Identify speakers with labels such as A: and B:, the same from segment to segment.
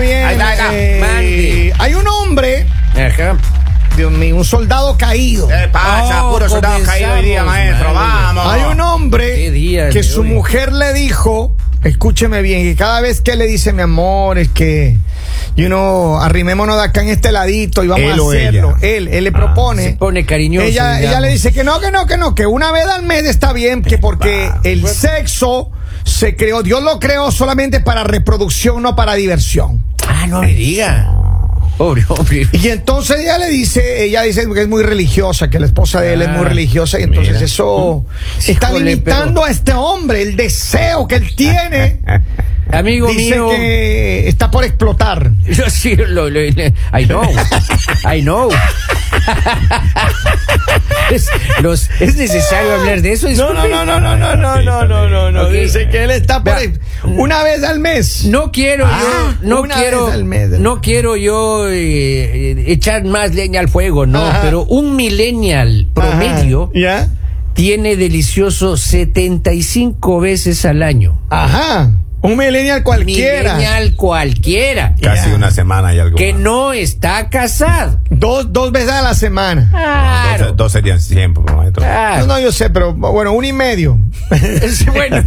A: Ajá,
B: Eh,
A: mande.
B: hay un hombre,
A: Ajá.
B: Dios mío, un soldado caído.
C: ¿Qué pasa?
A: Oh,
C: Eh, Puro soldado caído hoy día,
A: comenzamos,
C: maestro.
A: madre.
C: Vamos.
B: Hay un
A: Qué
B: hombre
A: día el
B: que
A: de
B: su
A: hoy.
B: mujer le dijo, escúcheme bien, que cada vez que le dice mi amor, es que, you know, arrimémonos de acá en este ladito y vamos
C: Él
B: a
C: o
B: hacerlo.
C: ella.
B: Él, él le propone.
A: Ah, se pone cariñoso,
B: Ella, ella
A: digamos.
B: le dice que no, que no, que no, que una vez al mes está bien, que porque el sexo se creó, Dios lo creó solamente para reproducción, no para diversión.
A: Ah, no me diga. Pobre hombre.
B: Y entonces ella le dice, ella dice que es muy religiosa, que la esposa de él es muy
A: Ah,
B: religiosa, y entonces
A: mira.
B: eso está
A: Híjole,
B: limitando
A: pero-
B: a este hombre el deseo que él tiene.
A: Amigo
B: dice
A: mío.
B: que está por explotar.
A: Yo sí lo, lo- I know. I know. Es, los- ¿es necesario hablar de eso? Disculpe.
B: no, no, no, no, no,
A: Ok.
B: Dice que él está por
A: Vea.
B: ex- una vez al mes.
A: No quiero
B: Ah,
A: yo, no
B: una
A: quiero,
B: vez al mes.
A: no quiero yo eh, eh, echar más leña al fuego, no,
B: Ajá.
A: pero un millennial promedio
B: Ajá, ¿Ya?
A: tiene delicioso 75 veces al año.
B: Ajá. Un millennial cualquiera.
A: Millennial cualquiera
C: Casi
B: Ya.
C: una semana y algo.
A: que
C: más.
A: no está casado.
B: Dos, dos veces a la semana.
A: Claro.
C: Dos, dos serían siempre, maestro.
B: No,
A: claro.
B: no, yo sé, pero bueno, uno y medio.
A: Es bueno,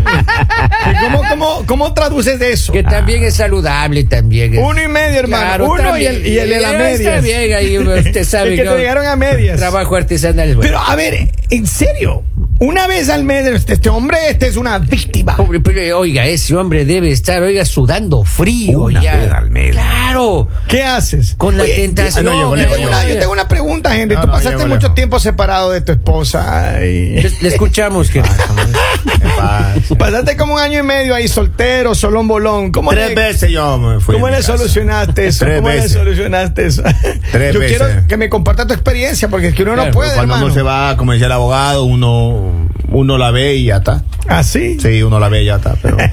B: ¿Y ¿Cómo, cómo, cómo traduces eso?
A: que también es saludable también.
B: Uno y medio, hermano.
A: Claro,
B: Uno
A: también.
B: y el, y el de la
A: Ya
B: media.
A: Está bien, ahí usted sabe
B: El que
A: ¿no?
B: te llegaron a medias.
A: Trabajo artesanal es bueno.
C: Pues.
B: Pero a ver, en serio, una vez al mes este, este hombre este es una víctima.
A: Pobre, pero, oiga, ese hombre debe estar, oiga, sudando frío
C: Una
A: ya.
C: vez al mes.
A: Claro,
B: ¿Qué haces?
A: con la tentación.
C: no, llegó
B: Yo
C: lejos.
B: tengo, una, yo tengo una pregunta, Henry.
C: No,
B: Tú
C: no,
B: pasaste
C: llegó
B: mucho
C: lejos.
B: tiempo separado de tu esposa. ay.
A: Le, le escuchamos que
C: ¿Qué pasa?
B: Pasaste como un año y medio ahí soltero, solón bolón. ¿Cómo
C: Tres
B: le,
C: veces yo me fui.
B: ¿Cómo
C: de mi
B: le
C: casa.
B: solucionaste eso?
C: Tres
B: ¿Cómo
C: veces.
B: le solucionaste eso?
C: Tres
B: yo
C: veces.
B: quiero que me compartas tu experiencia porque es que uno no
A: Claro,
B: puede,
C: Cuando
B: hermano.
C: uno se va, como decía el abogado, uno, uno la ve y ya está.
B: ¿Así?
C: Sí, uno la ve y ya está. Pero eh,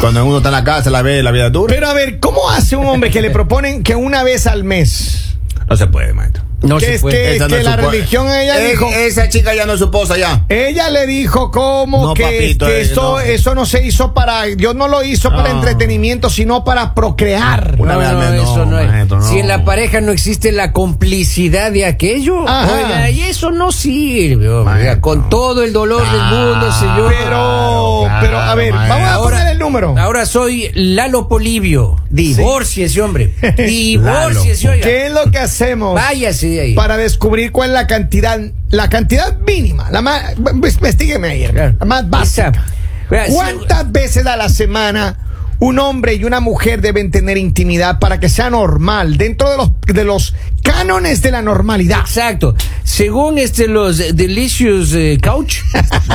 C: cuando uno está en la casa, la ve la vida es dura.
B: Pero a ver, ¿cómo hace un hombre que le proponen que una vez al mes?
C: No se puede, maestro.
A: no
B: que
A: se
B: es
A: puede.
B: que-
C: no es
B: la
C: su po-
B: religión, ella
C: Eh,
B: dijo-
C: Esa chica ya no es su esposa ya.
B: Ella le dijo como
C: No,
B: que,
C: papito,
B: que
C: eh,
B: eso,
C: no.
B: eso no se hizo para, Dios no lo hizo para
C: No.
B: entretenimiento, sino para procrear.
C: Una
A: No,
C: vez al
A: no,
C: mes, no,
A: eso no es.
C: maestro, no.
A: Si en la pareja no existe la complicidad de aquello,
B: Ajá.
A: oiga, y eso no sirve. oiga,
C: Maestro.
A: con todo el dolor del mundo, señor.
B: Ah, Pero, pero, a ver,
C: Claro,
B: vamos a
C: maestro.
B: poner el número.
A: Ahora soy Lalo Polivio. Divorciese, hombre. Divorciese, oiga.
B: ¿Qué es lo que hacemos
A: Váyase de ahí.
B: para descubrir cuál es la cantidad, la cantidad mínima, la más, investigueme ayer,
A: Claro.
B: la más básica.
A: Vea, si-
B: ¿Cuántas veces a la semana un hombre y una mujer deben tener intimidad para que sea normal dentro de los, de los cánones de la normalidad?
A: Exacto. Según este los eh, Delicious eh, Couch,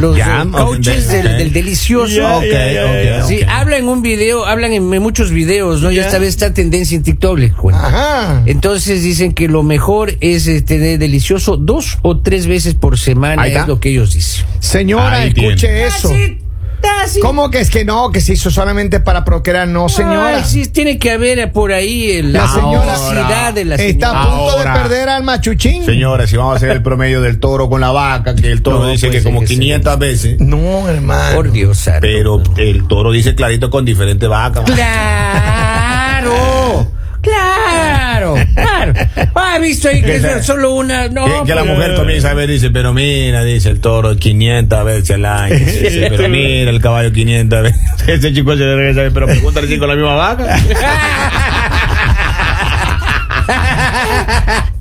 A: los
C: Ya,
A: eh,
C: ok,
A: couches del,
C: ok.
A: del delicioso.
B: Ya,
C: Ok,
B: ya, ya, ya.
C: ok, ok.
A: Sí, hablan en un video, hablan en muchos videos, ¿no? Y
B: Ya.
A: esta vez está tendencia en TikTok, les cuento.
B: Ajá.
A: Entonces dicen que lo mejor es eh, tener delicioso dos o tres veces por semana,
C: Ahí está.
A: es lo que ellos dicen.
B: Señora,
C: Ahí tiene.
B: escuche eso.
A: Así, así.
B: ¿Cómo que es que no, que se hizo solamente para procrear? No, señora.
A: Ay, sí, tiene que haber eh, por ahí eh, la,
B: La señora-
A: complicidad de la
B: Está
A: señora.
B: a punto
C: Ahora.
B: de perder al machuchín.
C: Señores, si vamos a hacer el promedio del toro con la vaca, que el toro
A: No,
C: dice
A: pues,
C: que como
A: sí, sí.
C: 500 veces,
B: No, hermano.
A: Por Dios, santo.
C: pero el toro dice clarito con diferentes vacas.
A: Claro, claro, claro. Ah, visto ahí que
C: Que
A: es
C: la-
A: solo una. No,
C: Que, que la
A: pero-
C: mujer comienza a ver y dice, pero mira, dice el toro 500 veces al año. Sí, sí, pero mira el caballo 500 veces. Ese chico se regresa, pero pregúntale si con la misma vaca.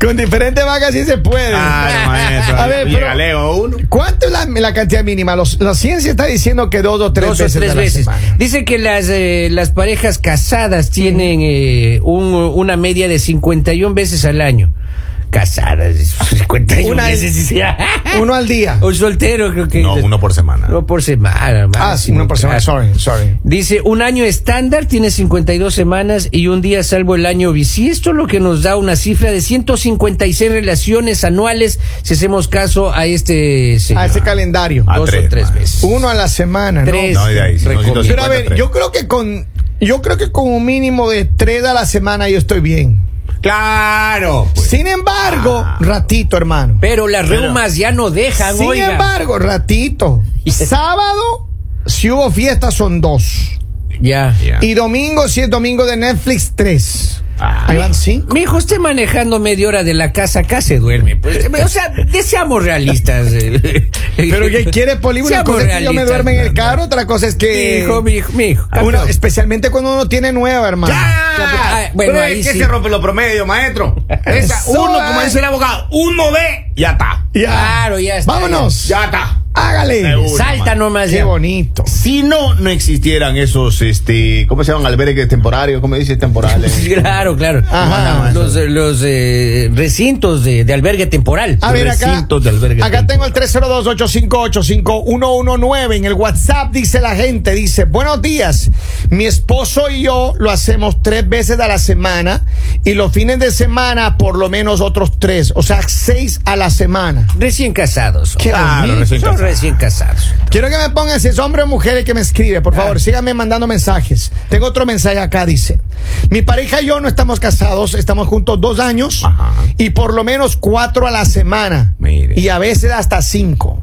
B: Con diferentes vacas sí se puede.
C: Claro, maestro.
B: A ver,
C: Llega
B: pero-
C: lejos uno.
B: ¿Cuánto es la, la cantidad mínima? Los- la ciencia está diciendo que dos o tres
A: Dos o
B: veces.
A: tres
B: a la
A: veces.
B: semana.
A: Dice que las, eh, las parejas casadas tienen eh, un- una media de 51 veces al año. Casadas, 51
B: Una-
A: veces. Eh.
B: Uno al día.
A: Un soltero, creo que.
C: No, uno por semana.
A: Uno por semana.
B: Ah, sí,
A: máximo,
B: uno por semana.
A: claro.
B: Sorry, sorry.
A: Dice, un año estándar tiene 52 semanas y un día salvo el año bisiesto, lo que nos da una cifra de 156 relaciones anuales si hacemos caso a este señor.
B: A ese calendario.
C: Ah,
A: Dos o
C: tres,
A: tres
C: man.
A: veces.
B: Uno a la semana, ¿no?
A: Tres.
C: No, y de ahí, si no,
A: pues, recomiendo.
B: Pero a
C: 50,
B: ver,
C: tres.
B: yo creo que con. Yo creo que con un mínimo de tres a la semana yo estoy bien.
C: Claro. pues.
B: Sin embargo,
C: Ah.
B: ratito, hermano.
A: Pero las reumas ya no dejan,
B: Sin
A: oiga.
B: embargo, ratito. Sábado, si hubo fiesta, son dos.
A: Ya.
C: Ya.
B: Y domingo, si es domingo de Netflix, 3.
C: Ah.
B: Ahí van 5.
A: Mi hijo esté manejando media hora de la casa, acá se duerme. pues. o sea, deseamos realistas.
B: Pero que quiere polígono, una
A: Seamos
B: cosa es que yo me
A: realistas,
B: duermo en el Ah,
A: Nando.
B: carro, otra cosa es
A: Mi
B: que.
A: hijo, mi hijo, mi hijo.
B: Uno-
A: campeón.
B: especialmente cuando uno tiene nueva, hermano.
A: Ah, bueno,
C: bueno,
A: ahí
C: es que
A: sí.
C: se rompe los promedios, maestro. Esa,
B: Eso,
C: uno, como
B: eh.
C: dice el abogado, uno ve, ya está.
B: Ya.
A: Claro, ya está,
B: Vámonos.
C: Ya está.
B: Hágale.
C: Seguro.
A: Salta nomás.
B: Qué
A: ya.
B: bonito.
C: Si no, no existieran esos, este, ¿cómo se llaman? Albergues temporarios, ¿cómo dice? Temporales.
A: Sí, Claro, claro.
B: Ajá.
A: Los, los, eh, recintos de, de albergue temporal.
B: A ver, Ah, acá,
C: Recintos de albergue
B: acá tengo el
C: temporal.
B: 302-858-5119. En el WhatsApp dice la gente, dice, buenos días, mi esposo y yo lo hacemos tres veces a la semana y los fines de semana por lo menos otros tres, o sea, seis a la semana.
A: Recién casados.
B: Qué
C: Claro,
B: bonito.
C: recién
A: Son
C: casados.
A: recién casados.
B: Quiero que me pongan si es hombre o mujer el que me escribe.
A: Ah.
B: Por favor, síganme mandando mensajes. Tengo otro mensaje acá, dice. Mi pareja y yo no estamos casados, estamos juntos dos años
C: Ajá.
B: y por lo menos cuatro a la semana.
C: Mire.
B: Y a veces hasta cinco.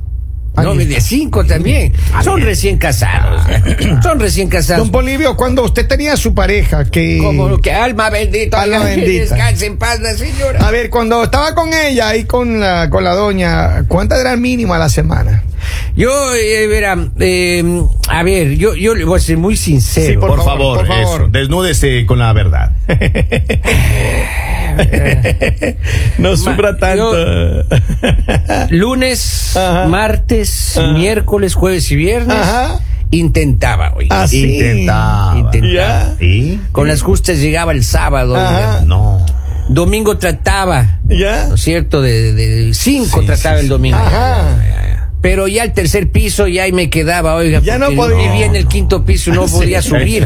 A: No,
B: Ahí.
A: de cinco también. Son recién casados. Son recién casados.
B: Don Polivio, cuando usted tenía a su pareja, que...
A: Como que alma bendita,
B: Alma
A: alma
B: bendita. Ah.
A: descanse en paz la
B: A
A: señora.
B: ver, cuando estaba con ella y con la, con la doña, ¿cuántas era el mínimo a la semana?
A: Yo, eh, verá, eh, a ver, yo, yo le voy a ser muy sincero.
B: Sí,
C: Por,
B: Por favor,
C: favor,
B: por favor.
C: eso, desnúdese con la verdad. no
A: sufra tanto. Lunes,
B: Ajá.
A: martes, miércoles, jueves y viernes.
B: Ajá.
A: Intentaba, hoy.
B: Ah, sí.
C: Intentaba.
A: Intentaba.
C: ¿Y?
A: Con las justas llegaba el sábado.
B: Ajá.
A: ya.
C: No.
A: Domingo trataba,
B: ¿Ya?
A: ¿no es cierto? De, de- de cinco
C: Sí,
A: trataba
C: sí,
A: el
C: sí.
A: domingo.
B: Ajá.
A: Pero ya el tercer piso ya ahí me quedaba, oiga.
B: Ya no
A: porque
B: podía.
A: Vivía en el quinto piso y no
B: Sí.
A: podía subir.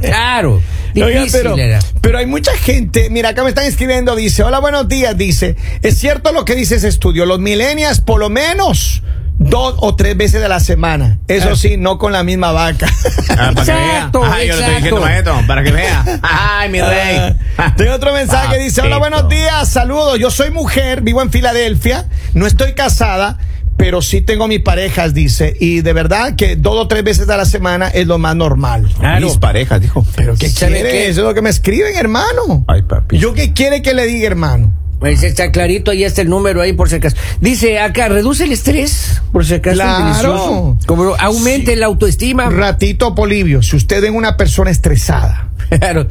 A: Claro. Difícil
B: Oiga, pero,
A: era.
B: pero hay mucha gente, mira, acá me están escribiendo, dice, hola, buenos días, dice, es cierto lo que dice ese estudio, los millennials por lo menos dos o tres veces a la semana, eso
A: Ah.
B: sí, no con la misma vaca.
C: Ah, para que vea.
A: Exacto,
C: Ay, yo le estoy diciendo,
A: exacto.
C: maestro, para que vea. Ay, mi rey.
B: Ah, Tengo otro mensaje, dice, hola, buenos
C: Papito.
B: días, saludos, yo soy mujer, vivo en Filadelfia, no estoy casada. Pero sí tengo mis parejas, dice, y de verdad que dos o tres veces a la semana es lo más normal.
A: Claro.
C: Mis parejas, dijo. Pero
B: ¿Qué
A: ¿Sabe
B: quiere?
A: qué?
B: Eso es lo que me escriben, hermano.
C: Ay, papi.
B: ¿Yo qué quiere que le diga, hermano?
A: Pues está clarito, ahí está el número ahí por si acaso. Dice acá, reduce el estrés, por si acaso. es
B: Claro.
A: delicioso. Como aumente la autoestima.
B: Ratito Polivio, si usted es una persona estresada,
A: Claro.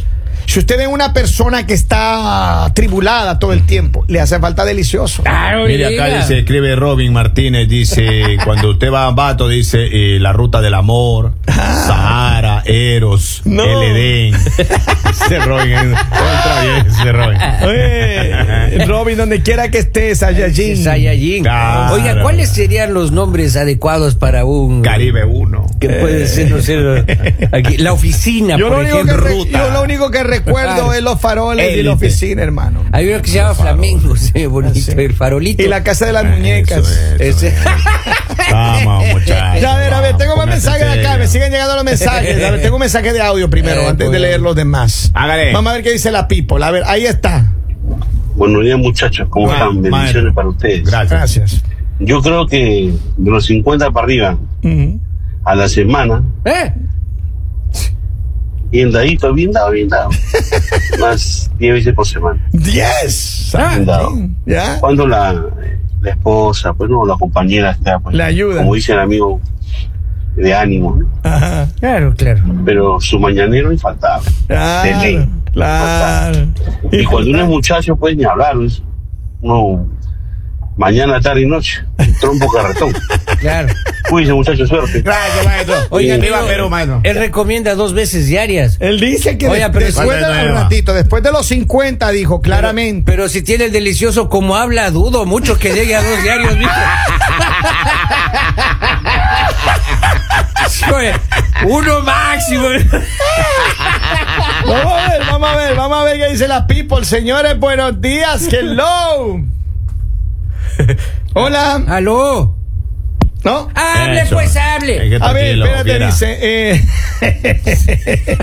B: si usted es una persona que está tribulada todo el tiempo, le hace falta delicioso.
A: Claro,
C: Mire, acá
A: diga.
C: dice, escribe Robin Martínez, dice, cuando usted va a Ambato, dice, eh, la ruta del amor, Sahara, Eros,
B: No.
C: el Edén. Ese Robin es ultra bien, ese Robin.
B: Eh, Robin, donde quiera que estés, Saiyajin.
A: Eh, Saiyajin.
C: Claro.
A: Oiga, ¿cuáles serían los nombres adecuados para un
C: Caribe Eh, 1.
A: que puede ser no sé, aquí, la oficina,
B: Yo lo,
A: por
B: único que
A: ejemplo.
B: re- yo lo único que recuerdo
A: Claro.
B: es los faroles y
C: Élite.
B: la oficina, hermano.
A: Hay uno que se llama Flamengo, sí, bonito,
B: sí.
A: el farolito.
B: Y la casa de las muñecas.
A: Ese-
C: Vamos, muchachos.
B: Ya, a ver, a ver,
C: vamos,
B: tengo más
C: pónganse
B: mensajes de acá.
C: serio.
B: Me siguen llegando los mensajes. A ver, tengo un mensaje de audio primero,
A: Eh,
B: antes de
A: pues.
B: leer los demás.
C: Hágale.
B: Vamos a ver qué dice la people. A ver, ahí está.
D: Buenos días muchachos, ¿cómo
C: Bueno,
D: están?
C: maestro.
D: Bendiciones para ustedes.
C: Gracias.
B: Gracias.
D: Yo creo que de los 50 para arriba
B: Ujú.
D: a la semana,
A: ¿Eh?
D: bien dadito, bien dado, bien dado. Más 10 veces por semana.
B: ¡Diez!
A: Ah,
D: Bien dado.
B: ¿Ya?
D: Cuando la, la esposa, pues no, la compañera está, pues,
B: La ayuda.
D: como dice el amigo, de ánimo, ¿no?
B: Ajá.
A: Claro, claro.
D: pero su mañanero infaltable. de
B: Claro.
D: ley.
B: Claro.
D: Y, cuando uno es muchacho, pues ni hablar, ¿no? Uno, mañana, tarde y noche, trompo carretón.
A: Claro.
D: Cuídense muchachos, suerte.
C: Gracias, maestro.
A: Oiga,
C: viva
A: amigo,
C: Perú, maestro.
A: Él recomienda dos veces diarias.
B: Él dice que
A: Oiga,
B: de-
A: pero
B: después de
C: ¿cuánto
B: un
C: lleva?
B: ratito, después de los 50, dijo claramente.
A: Pero si tiene el delicioso como habla, dudo mucho que llegue a dos diarios, mijo. Sí, oye, Uno máximo.
B: Vamos a ver, vamos a ver, vamos a ver qué dice la people. Señores, buenos días. Hello. Hola.
A: Aló.
B: ¿No?
A: Hable,
C: Eso.
A: pues, hable.
C: Es que
B: A ver,
C: tranquilo,
B: espérate,
C: fiera.
B: dice. eh,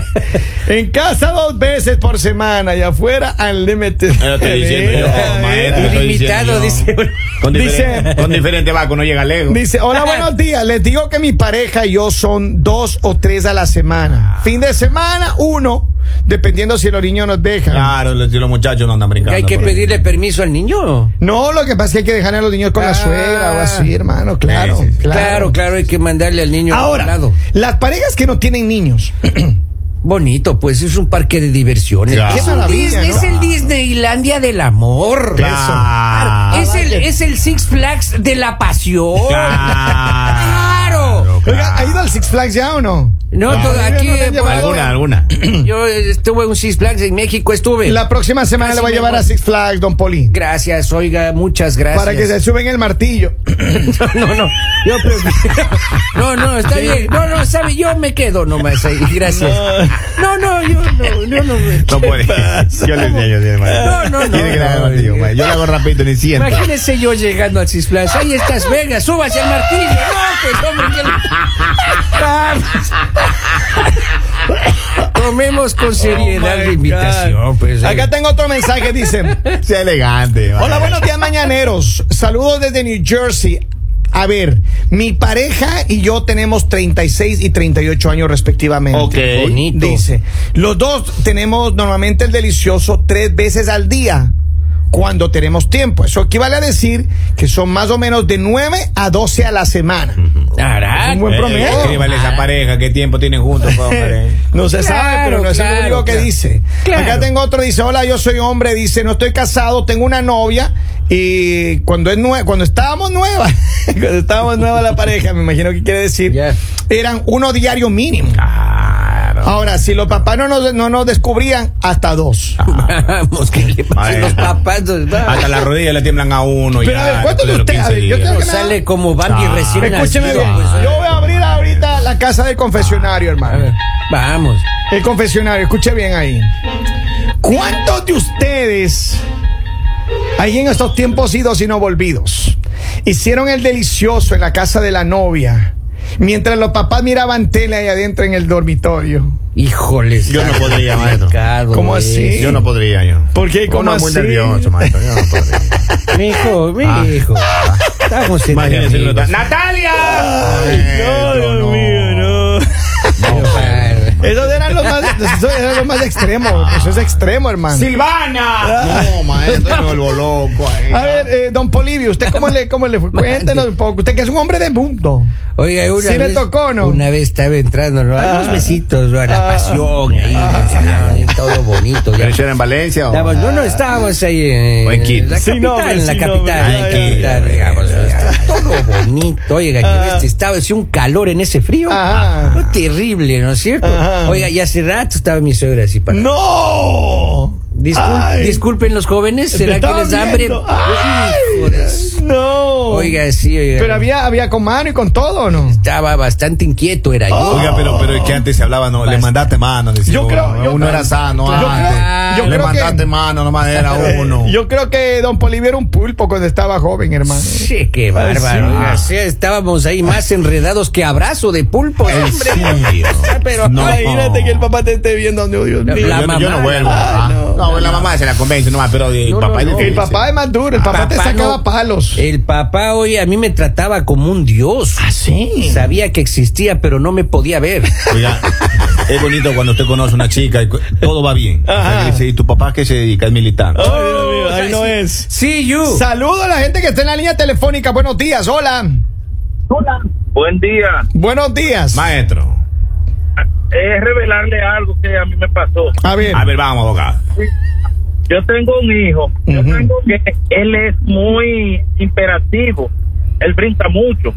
B: en casa dos veces por semana y afuera al límite.
C: Yo estoy diciendo yo, maestro, estoy diciendo
A: Ilimitado,
C: yo.
A: dice.
C: Con
B: Dice-
C: diferente, con diferente vaco no llega lejos.
B: Dice, hola, buenos días. Les digo que mi pareja y yo son dos o tres a la semana.
A: Ah.
B: Fin de semana, uno, dependiendo si los niños nos dejan.
C: Claro, los, los muchachos no andan brincando. pues.
A: Hay que
C: por ahí.
A: pedirle permiso al niño.
B: No, lo que pasa es que hay que dejar a los niños con
A: Ah.
B: la suegra o así, hermano. Claro,
C: Sí, sí, sí.
A: Claro,
B: claro.
A: claro, hay que mandarle al niño a un
B: Ahora,
A: lado.
B: las parejas que no tienen niños.
A: Ah. Bonito, pues es un parque de diversiones.
C: Claro.
A: Es,
B: Qué
A: un
B: maravilla,
A: Disney,
B: ¿no?
A: es el Disneylandia del amor.
C: Claro.
A: Es, el, es el Six Flags de la pasión.
C: Claro.
A: Claro.
B: Oiga, ¿ha ido al Six Flags ya o no?
A: No,
C: Claro.
A: todo- aquí
B: No te han
A: eh,
B: llevado.
A: por-
C: Alguna, alguna.
A: yo estuve en un Six Flags en México, estuve.
B: La próxima semana
A: Casi
B: le voy a
A: me
B: llevar a
A: voy.
B: Six Flags, don Poli.
A: Gracias, oiga, muchas gracias.
B: Para que se suben el martillo.
A: No, no, yo prefiero- No, no, está bien. No, no, sabe, yo me quedo nomás ahí. Gracias. No, no, yo no, yo no me-
C: No puede. Yo le enseño, yo le enseño.
A: No, no, no.
C: Tiene que grabar
A: No,
C: contigo,
A: no.
C: maestro. Yo le hago rapidito, ni siento.
A: Imagínese yo llegando al Six Flags. Ahí estás, venga, súbase al martillo. No, pues hombre, que lo- Tomemos con seriedad la invitación, pues.
B: Acá
A: eh.
B: tengo otro mensaje, dice.
C: Sea elegante.
B: Hola,
C: maestro.
B: buenos días, mañaneros. Saludos desde New Jersey. A ver, mi pareja y yo tenemos 36 y 38 años respectivamente.
C: Ok.
A: Bonito.
B: Dice, los dos tenemos normalmente el delicioso tres veces al día cuando tenemos tiempo. Eso equivale a decir que son más o menos de 9 a 12 a la semana.
A: Caraca.
B: Un buen
C: Eh,
B: promedio.
C: Escríbale a esa pareja, qué tiempo tienen juntos, compadre.
B: No se
A: Claro,
B: sabe, pero no es
A: claro,
B: el único que
A: claro.
B: dice.
A: Claro.
B: Acá tengo otro, dice, hola, yo soy hombre, dice, no estoy casado, tengo una novia y cuando es nue- cuando estábamos nueva, cuando estábamos nueva la pareja, me imagino que quiere decir,
A: Ya.
B: eran uno diario mínimo.
C: Claro.
B: Ahora, si los papás no nos, no nos descubrían, hasta dos.
A: Ah. Vamos, que le pasen los
C: Maestro.
A: papás. ¿no?
C: Hasta las rodillas le tiemblan a uno.
B: Pero
C: ya,
B: a ver, ¿cuántos de
C: después
B: ustedes?
C: los
B: A ver,
C: 15
B: yo
C: días.
B: creo
A: Pero sale como Bambi
C: Ah,
A: recién
B: Escúcheme
A: nacido.
B: bien, Ah.
A: pues,
B: yo voy a abrir ahorita la casa del confesionario,
A: Ah, a
B: hermano.
A: ver, Vamos.
B: El confesionario, escuche bien ahí. ¿Cuántos de ustedes, ahí en estos tiempos idos y no volvidos, hicieron el delicioso en la casa de la novia, mientras los papás miraban tele ahí adentro en el dormitorio?
A: Híjoles.
C: Yo no podría, maestro.
A: complicado,
B: ¿Cómo
A: es.
B: así?
C: Yo no podría, yo.
B: ¿Por qué? ¿Cómo
C: Uno es muy
B: así?
C: nervioso, maestro. Yo no podría.
A: Mi hijo, mi hijo. Estamos en
C: Imagínense que uno está-
A: amigos.
C: ¡Natalia!
B: no, Dios mío, no.
A: Pero, padre.
B: Esos eran los más, esos eran los más extremos, eso es extremo, hermano.
C: ¡Silvana! No, maestro, me vuelvo loco. ahí.
B: A ver, eh, don Polivio, ¿usted cómo le, cómo le fue? Cuéntenos un poco. Usted que es un hombre de mundo.
A: Oiga, una
B: Sí le
A: vez,
B: tocó, ¿no? Ah.
A: una vez estaba entrando ¿no? a los besitos, ¿no? a la pasión, ahí, ahí, todo bonito. ya.
C: ¿Pero eso era en Valencia o?
A: Estábamos- no, no, estábamos ahí en,
C: O en Quito.
A: la
B: Sin
A: capital,
B: nombre,
A: en la
B: sin
A: capital,
B: nombre,
A: en
B: ya,
A: la
B: ya,
A: capital,
C: ya.
A: digamos, ya, todo bonito, oiga, que en este estado hacía un calor en ese frío,
B: Ah. Ajá.
A: no, terrible, ¿no es cierto?
B: Ajá.
A: Oiga, y hace rato estaba mi suegra así para...
B: ¡No!
A: Discul-
B: Ay.
A: disculpen los jóvenes, ¿será
B: Te
A: que les da
B: estaba
A: hambre?
B: viendo. Ay.
A: Híjoles.
B: No.
A: Oiga, sí, oiga.
B: Pero había, había con mano y con todo, ¿o ¿no?
A: Estaba bastante inquieto, era yo.
C: Oiga, pero, pero es que antes se hablaba, no, le mandaste mano. decía
B: Yo creo-
C: uno,
B: yo
C: uno
B: creo-
C: era sano
B: yo creo-
C: antes.
B: yo
C: le
B: creo que-
C: mandaste mano, nomás era uno.
B: Yo creo que Don Polivio era un pulpo cuando estaba joven, hermano.
A: Sí, qué bárbaro. oiga, sí, estábamos ahí más enredados que abrazo de pulpo. hombre.
C: serio?
A: Pero
C: No.
A: ay,
B: Imagínate que el papá te esté viendo, no, Dios mío.
A: La-
C: yo, yo no
A: mamá.
C: vuelvo. ah.
B: no,
C: no, pues la mamá se la convence nomás, pero el
A: No,
C: papá
A: no, no.
B: El papá es más duro, el papá, te
A: papá
B: sacaba
A: no. Eh.
B: palos.
A: El papá hoy a mí me trataba como un dios.
B: sí.
A: Sabía que existía, pero no me podía ver.
C: Oiga, es bonito cuando usted conoce a una chica y cu- todo va bien. O sea,
B: Ajá. Oh.
C: que dice, ¿y tu papá qué se dedica? Es militar.
B: Ay, Dios mío, ahí no es.
A: Sí, you.
B: Saludo a la gente que está en la línea telefónica. Buenos días, hola.
E: Buen día.
B: Buenos días.
C: Maestro.
E: Es revelarle algo que a mí me pasó.
B: A ver.
C: A ver, vamos, abogado.
E: Yo tengo un hijo. Yo
B: Ujú.
E: tengo que él es muy imperativo. Él brinca mucho.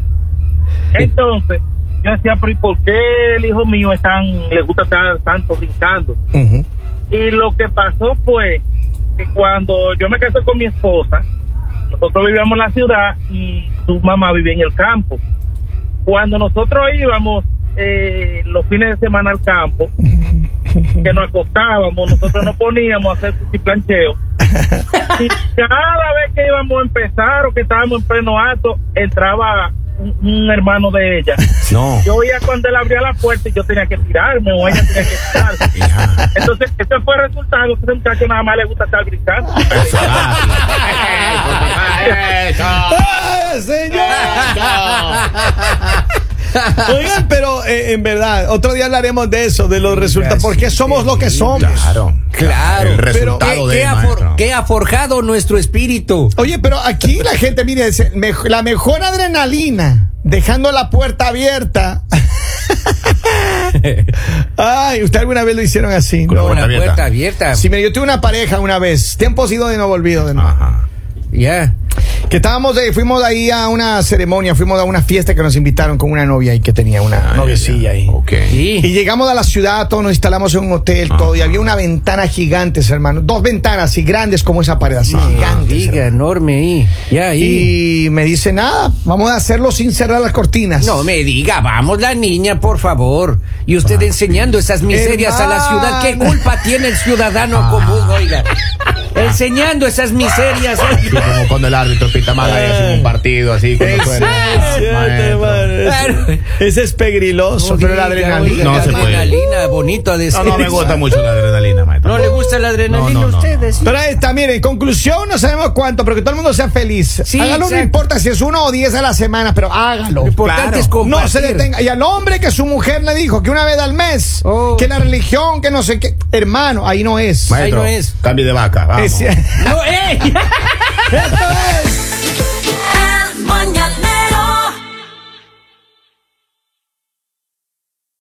E: Entonces, yo decía, pero ¿y por qué el hijo mío es tan, le gusta estar tanto brincando?
B: Ujú.
E: Y lo que pasó fue que cuando yo me casé con mi esposa, nosotros vivíamos en la ciudad y su mamá vivía en el campo. Cuando nosotros íbamos eh, los fines de semana al campo, que nos acostábamos, nosotros nos poníamos a hacer plancheo. Y cada vez que íbamos a empezar o que estábamos en pleno acto, entraba un, un hermano de ella.
C: No.
E: Yo oía cuando él abría la puerta y yo tenía que tirarme o ella tenía que tirarse.
C: Ya.
E: Entonces, ese fue el resultado. Ese muchacho nada más le gusta estar brincando.
B: ¡Ay, señor! Oigan, pero eh, en verdad, otro día hablaremos de eso, de los resultados, porque somos lo que somos.
C: Claro.
A: Claro.
C: El
A: Pero
C: resultado
A: ¿Qué,
C: de
A: qué ha for- qué ha forjado nuestro espíritu?
B: Oye, pero aquí la gente, mire, dice, "Mej- la mejor adrenalina, dejando la puerta abierta. Ay, ¿usted alguna vez lo hicieron así?
C: Con la
B: No.
A: Con la
C: abierta.
A: puerta abierta.
B: Sí, mira, yo tuve una pareja una vez, tiempo sido de no olvido de nuevo.
C: Ajá.
A: Ya.
B: Que estábamos, eh, fuimos ahí a una ceremonia, fuimos a una fiesta que nos invitaron con una novia ahí que tenía una
C: Ah,
B: noviecilla
C: ya, ya.
B: ahí.
C: Ok.
A: Sí.
B: Y llegamos a la ciudad, todos nos instalamos en un hotel, todo, y había una ventana gigante, hermano. Dos ventanas así grandes como esa pared, así gigantes,
A: Diga,
B: hermano.
A: enorme ahí. Ya, ahí.
B: Y me dice, nada, vamos a hacerlo sin cerrar las cortinas.
A: No me diga, vamos la niña, por favor. Y usted
C: Ah.
A: enseñando esas miserias a la ciudad. ¿Qué
B: Hermano.
A: culpa tiene el
C: Ah.
A: ciudadano común, oiga? Enseñando esas miserias.
C: Sí,
A: oiga.
C: Como cuando el árbitro pita mal ahí hace un partido así. cuando suena. Maestro.
A: Claro.
B: Ese es pegriloso,
A: No
B: pero la
A: diga,
B: adrenalina.
A: oiga,
C: No
A: la
C: se puede.
A: adrenalina bonita de este
C: No, no me gusta mucho la adrenalina, maestro.
A: ¿No le gusta la adrenalina
C: No,
A: a
C: no, no,
A: usted?
C: no, no.
A: sí?
B: Pero ahí está, miren, conclusión, no sabemos cuánto, pero que todo el mundo sea feliz.
A: Sí,
B: hágalo, no
A: exacto.
B: importa si es uno o diez a la semana, pero hágalo.
A: Lo importante es compartir.
B: No se detenga. Y al hombre que su mujer le dijo que una vez al mes,
A: Oh.
B: que la religión, que no sé qué. Hermano, ahí no es.
A: Ahí
C: Maestro,
A: no es.
C: cambie de vaca. Vamos.
B: Es-
A: No, ¡eh!
B: Esto es